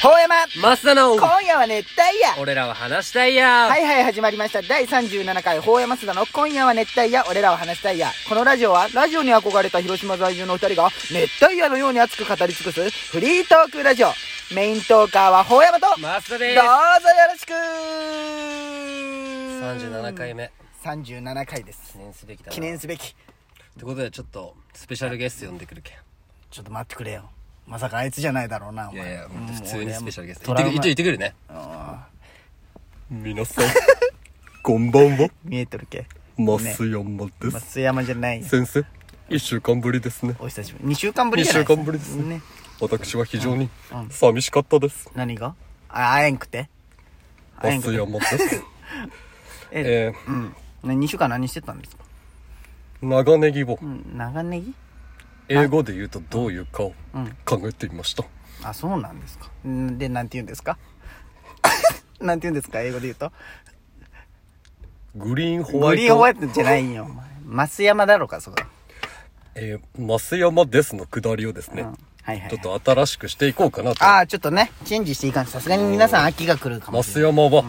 遠山マスダの今夜は熱帯夜俺らは話したいや、はいはい始まりました第37回法山須田の今夜は熱帯夜俺らは話したいやこのラジオはラジオに憧れた広島在住の二人が熱帯夜のように熱く語り尽くすフリートークラジオメイントーカーは法山とどうぞよマスダろですしく37回目37回で記す念すべきだな記念すべきってことでちょっとスペシャルゲスト呼んでくるけちょっと待ってくれよまさかあいつじゃないだろうなおんいやいやほんと普通にスペシャルゲストトラ行ってくウるマ一応行ってくるね皆さんこんばんは見えとるけ増山で松山じゃないよ先生一週間ぶりですねお久しぶり2週間ぶりじゃない二週間ぶりですねね私は非常に寂しかったです何があ会えんくて会えんくて山ですえ、えうん、ね2週間何してたんですか、ー、長ネギをうん、長ネギ英語で言うとどういうかをうん考えてみましたあそうなんですかんでなんて言うんですか なんて言うんですか英語で言うとグリーンホワグイリーンホワトイトじゃないんよお前増山だろうかそこ、えー、増山ですの下りをですうね、ん、はいはいちょっと新しくしていこうかなとああちょっとねチェンジしていかんとさすがに皆さん秋が来るかもし増れない山は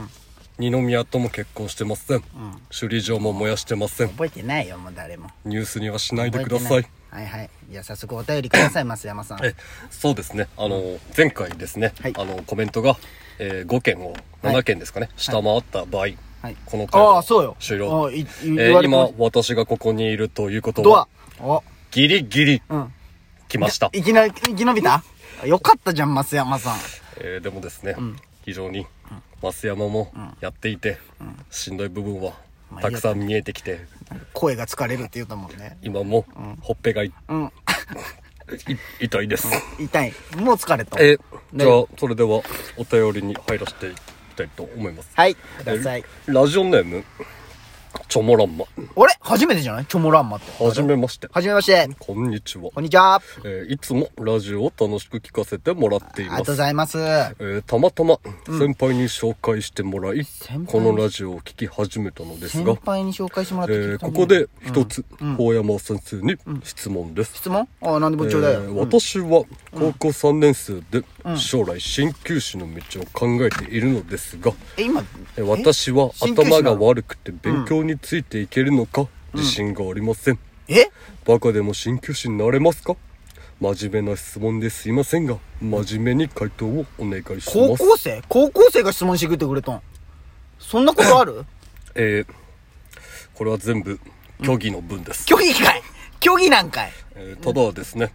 二宮とも結婚してません、首里城も燃やしてません覚えてないよもう誰もニュースにはしない覚でえくてださいはいはいじゃあ早速お便りください増山さんえそうですねあの前回ですね、はいあのコメントが、え5件を7件ですかね、下回った場合、はいこの回ああはそうよ終あ了ーいいえ言われーてま今す私がここにいるということドはアおギリギリうん来ました、いきなり、生き延びたよかったじゃん、増山さん。えーでもですね、非常に増山もやっていて、しんどい部分はまあたくさん見えてきて声が疲れるって言うと思うね。今もほっぺ がいうん。い痛いです、痛い。もう疲れた。えーねじゃあそれではお便りに入らせていきたいと思います、はい、ください。ラジオネームチョモランマあれ初めてじゃないチョモランマって。はじめましてはじめまして。こんにちは、こんにちは。えーいつもラジオを楽しく聞かせてもらっあていりがまとうすございます。えーたまたま先輩に紹介してもらい、先輩このラジオを聞き始めたのですが先輩に紹介してもらっえて聞ーいたこんだこけどで一つ、大山先生に質問です。質問あ、なんでもちょうだいよ。えーうん私は高校3年生で将来鍼灸師の道を考えているのですが、え、今、えー私は鍼灸師な頭のが悪くて勉強についていけるのか自信がありません。えバカでも鍼灸師になれますか真面目な質問ですいませんが、真面目に回答をお願いし高ます。校生高校生が質問してくれてくれたん。そんなことあ るえーこれは全部虚偽の文です。虚偽かい虚偽なんかいえーただですね、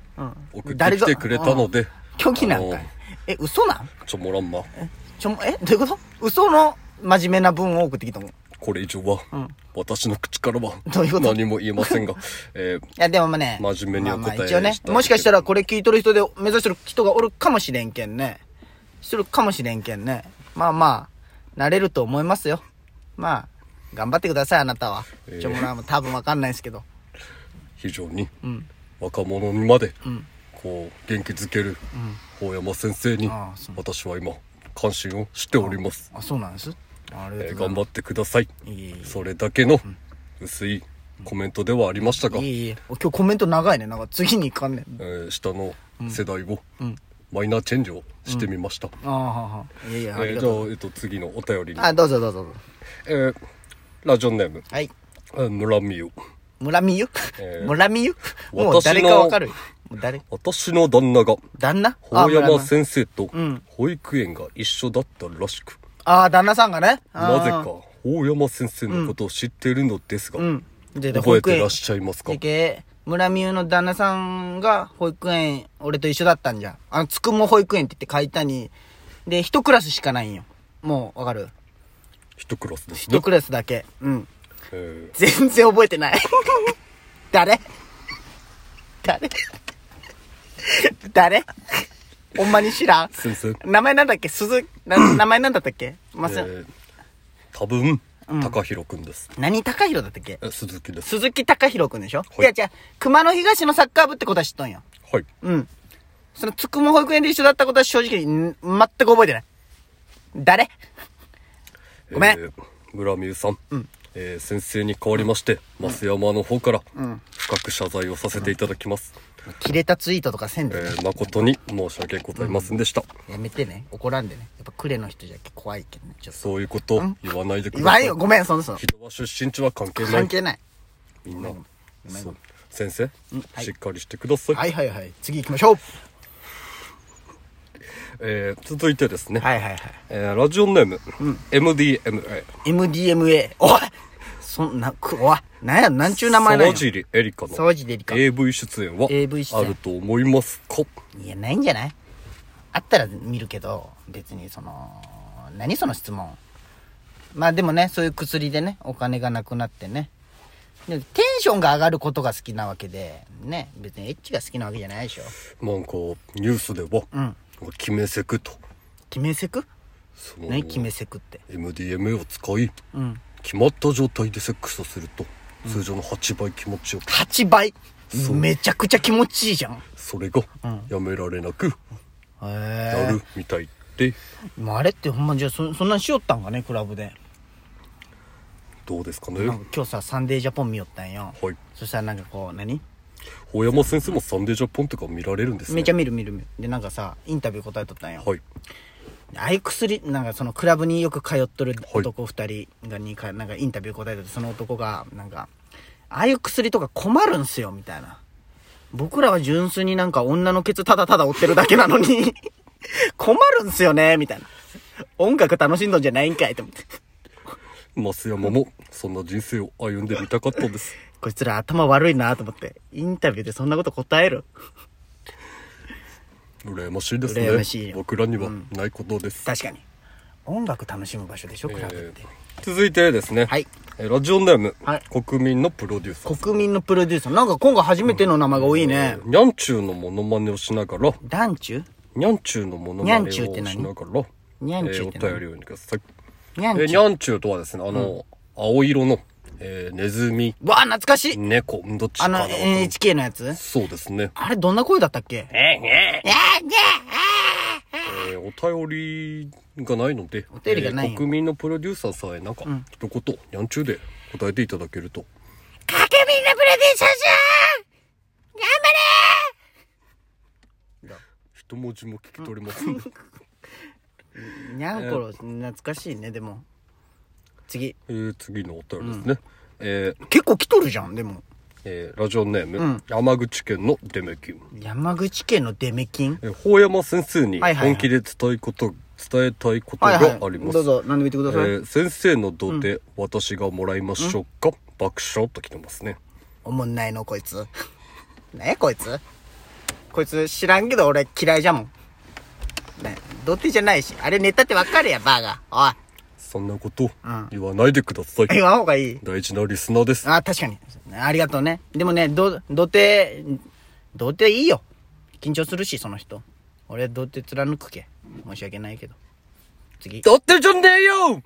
送って誰きがてくれたので、虚偽なんかあいのえ、嘘なんちょもらんま、ちょも、えどういうこと嘘の真面目な文を送ってきたのいこれ以上は、私の口からはどういうこと何も言えません が、えーや、でもまあね。真面目にお答えまあまあ一応ねし。たいもしかしたらこれ聞いとる人で目指してる人がおるかもしれんけんね。してるかもしれんけんね。まあまあ、なれると思いますよ。まあ、頑張ってください、あなたは。えーちょ、もらも多分わかんないですけど。非常に若者にまで、こう、元気づける、大山先生にああそう、私は今、関心をしております。あ、そうなんですありがえとうーござい頑ま張ってくださいいえいえ。それだけの薄いコメントではありましたが、す。いいいいお今日コメント長いね。なんか次に行かんね。えー下の世代を、マイナーチェンジをしてみました。ああ、はは。いやいや、あえりーがじゃあとう。、えっと、次のお便りに。あ、どうぞどうぞどうぞ。えーラジオネーム、はい。えー村美優。村見ゆえー村見ゆもう私の誰かわかるよ。もう誰私の旦那が、旦那あ大山生。先生と保育園が一緒だったらしく、ああ、旦那さんがね。あーなぜか。大山先生のことを知っているのですが、うん。で覚えてらっしゃいますかでけ村美優の旦那さんが保育園、俺と一緒だったんじゃん。あの、つくも保育園って言って書いたに。で、一クラスしかないんよ。もう、わかる一クラスですね一。クラスだけ。うん。えー全然覚えてない。 誰誰誰ほんまに知らん先生、名前なんだっけ鈴、な名前なんだったっけまえさ、ー多分、高弘くんです。何高弘だったっけえ鈴木です。鈴木高弘くんでしょ、いい、や、じゃあ熊野東のサッカー部ってことは知っとんよ。はい。うん。その、つくも保育園で一緒だったことは正直、ん全く覚えてない。誰ごめんえー村美優さん、えー先生に代わりまして、増山の方から、深く謝罪をさせていただきます。切れたツイートとかせんえでね、ー誠に申し訳ございませんでした。やめてね怒らんでねやっぱクレの人じゃ怖いけどねちょっとそういうこと言わないでく言だわさんい。よごめんそのその人は出身地は関係ない関。係ないみんなごめんごめんそう先生、はいしっかりしてください、はいはいはい次行きましょうえー続いてですね、はいはいはいえーラジオネーム、MDMA MDMA おいそんなくおいなんやなんちゅう名前なん沢や尻エリカの沢尻エリカ AV 出演は AV 出演あると思いますかいやないんじゃないあったら見るけど別にその何その質問まあでもねそういう薬でねお金がなくなってねでテンションが上がることが好きなわけでね別にエッチが好きなわけじゃないでしょなんかニュースでは、決めせくと決めセクその何決めセクって MDMA を使い、決まった状態でセックスをすると通常の8倍気持ちよく、 8倍そうめちゃくちゃ気持ちいいじゃんへそれがやめられなくなえるみたいで、もうあれってほんまじゃあそそんなんしよったんかねクラブでどうですかね、なんか今日さ「サンデージャポン」見よったんよはいそしたらなんかこう何大山先生もサンデージャポンとか見られるんですねめちゃ見る見る見るでなんかさインタビュー答えとったんよ、はいああいう薬なんかそのクラブによく通っとる男2人がにかなんかインタビュー答えててその男がなんかああいう薬とか困るんすよみたいな僕らは純粋になんか女のケツただただ追ってるだけなのに 困るんすよねみたいな音楽楽しんどんじゃないんかいと思って増山もそんな人生を歩んでみたかったんですこいつら頭悪いなと思ってインタビューでそんなこと答える羨ましいです羨ましいねよ僕らにはないことです、確かに音楽楽しむ場所でしょクラブって、えー続いてですね、はいえーラジオネーム、はい国民のプロデューサー国民のプロデューサーなんか今回初めての名前が多いね、にゃんちゅうのモノマネをしながら団中にゃんちゅうのモノマネにゃんをちしゅうって何ながらにゃんちゅうえってー何お便りを読んでくださいにゃんえーちにゅうゃんちゅうとはですねあの、青色の、えーネズミわあ懐かしい猫どっちあかのな NHK のやつそうですねあれどんな声だったっけえーお便りがないので、お便りがないよ国民のプロデューサーさえなんか、一言、にゃんちゅうで答えていただけると。国民のプロデューサーさん頑張れ一文字も聞き取れませんね。にゃんころ懐かしいねでも次 えー次のお便りですね。えー結構来とるじゃんでもえーラジオネーム、山口県のデメキン。山口県のデメキンえー、法山先生にはいはいはい本気で伝えこと、伝えたいことはがいあります。はいどうぞ何でも言ってください、えー先生の度で私がもらいましょうか、爆笑と来てますねおもんないのこいつ ねえこいつこいつ知らんけど俺嫌いじゃもんね童貞じゃないしあれネタってわかるやんバーがおいそんなこと言わないでください、言わんほうがいい大事なリスナーですあ、確かに。ありがとうね。でもね、ど、土手、土手いいよ。緊張するし、その人。俺、土手貫くけ。申し訳ないけど。次。だってじゃねえよ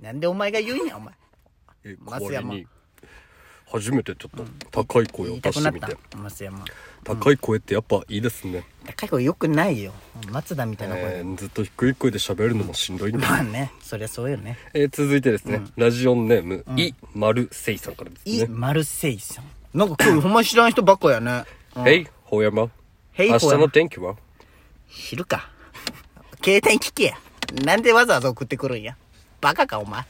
なんでお前が言うんや、お前。えー松代わり山に初めてちょっと高い声を言い出たくしなてっみてた。松山。高い声ってやっぱいいですね、高い声よくないよ。松田みたいな声。えーずっと低い声で喋るのもしんどいんで、まあね、そりゃそうよね。えー続いてですね、ラジオネーム、いまるせいさんからですい、ねマルセイさん。なんか今日ほんま知らん人ばっかやね。 「へいほうやま」へい明ほ日うやまの天気は知るか。携帯聞けや。なんでわざわざ送ってくるんや。バカか、お前。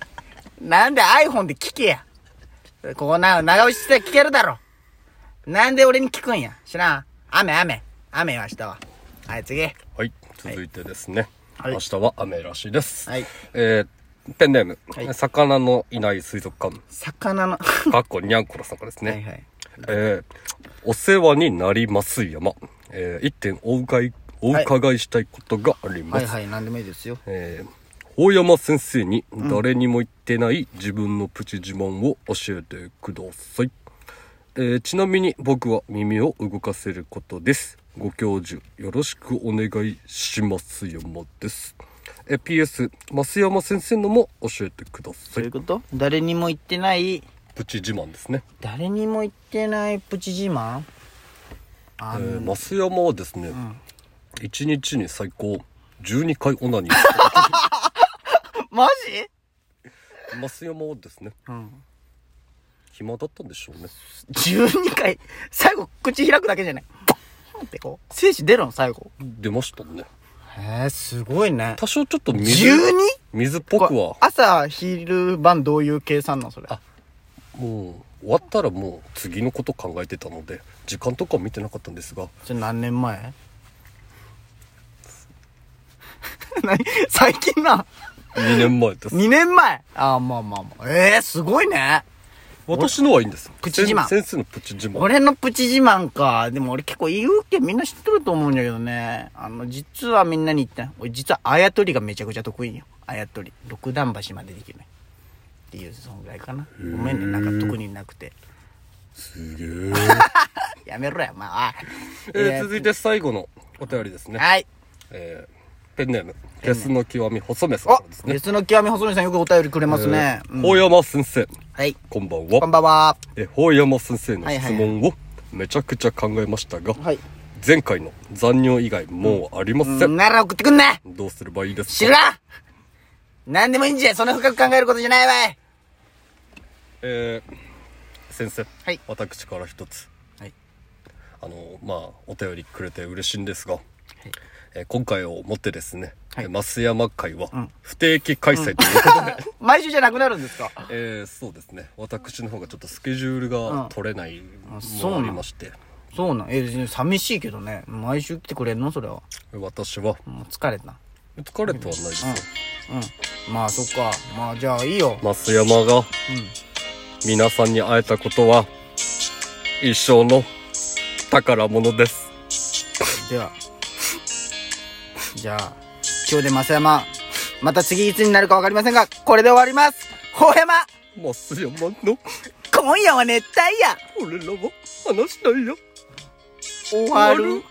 なんで iPhone で聞けや。ここな、長押しして聞けるだろ。なんで俺に聞くんや。知らん。雨、雨。雨よ、明日は。はい、次。はい、続いてですね。はい明日は雨らしいです。はいえーペンネーム、はい魚のいない水族館、魚の。かっこにゃんこらさんからですね。はいはい。えーお世話になります山。えー一点お伺い、お伺いしたいことがあります。はいはい、なんでもいいですよ。えー大山先生に誰にも言ってない自分のプチ自慢を教えてください、えーちなみに僕は耳を動かせることですご教授よろしくお願いします山ですえー PS 増山先生のも教えてくださそういいうこと誰にも言ってない、プチ自慢ですね、誰にも言ってないプチ自慢えあの、ー増山はですね、一日に最高12回オナニーして るマジ増山はですね、ん暇だったんでしょうね ?12 回、最後口開くだけじゃない。ーンってこう、精子出るの最後。出ましたね。へえ、すごいね。多少ちょっと水、 12? 水っぽくはこれ、朝、昼、晩どういう計算なのそれ。あもう、終わったらもう次のこと考えてたので、時間とかは見てなかったんですが、それ何年前 何最近な。 2年前です。 2年前ああ、まあまあまあ。ええすごいね。私のはいいんです。プチ自慢先生のプチ自慢。俺のプチ自慢か。でも俺結構言うけみんな知ってると思うんだけどね。あの、実はみんなに言ってない。俺実はあやとりがめちゃくちゃ得意よ。あやとり。六段橋までできるね。っていう、そんぐらいかな。ごめんね、なんか特になくて。すげえ。やめろや、まあ。えー続いて最後のお便りですね。はい。えーペンネーム、ケスの極み細目さんおからですね。別の極み細見さんよくお便りくれますね。うん大山先生、はい。こんばんこんは。ばんは。えー、大山先生のはいは質いはい問をめちゃくちゃ考えましたが、はい。前回の残尿以外もうありません。なら送ってくんなどうすればいいです知か、らん何でもいいんじゃそんな深く考えることじゃないわいえー先生、はい私から一つ。はい。あの、まあ、お便りくれて嬉しいんですが、えー今回をもってですね、はいえー増山会は不定期開催ということで、毎週じゃなくなるんですか えーそうですね私の方がちょっとスケジュールうがん取れないあそうもなあんりまして、そうなんえ、別に寂しいけどね。毎週来てくれんのそれは。私はもう疲れた。疲れてはないですよ、うん。まあ、そっか。まあ、じゃあいいよ。増山が皆さんに会えたことは一生の宝物ですでは。じゃあ、今日で増山。また次いつになるかわかりませんが、これで終わります。ほ山増山の今夜は熱帯夜俺らは話したいよ終わる。